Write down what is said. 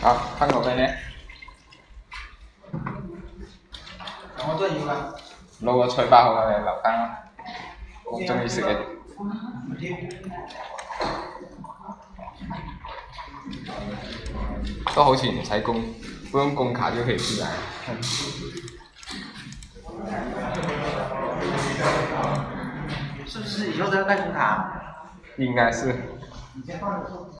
好，汉口飞面，然后转一翻，攞個菜包好嘅留翻啦，我中意食嘅。唔知都好似唔使供，嗰種供卡都可以出嚟。是不是以后都要带工卡？應該是。你先放着。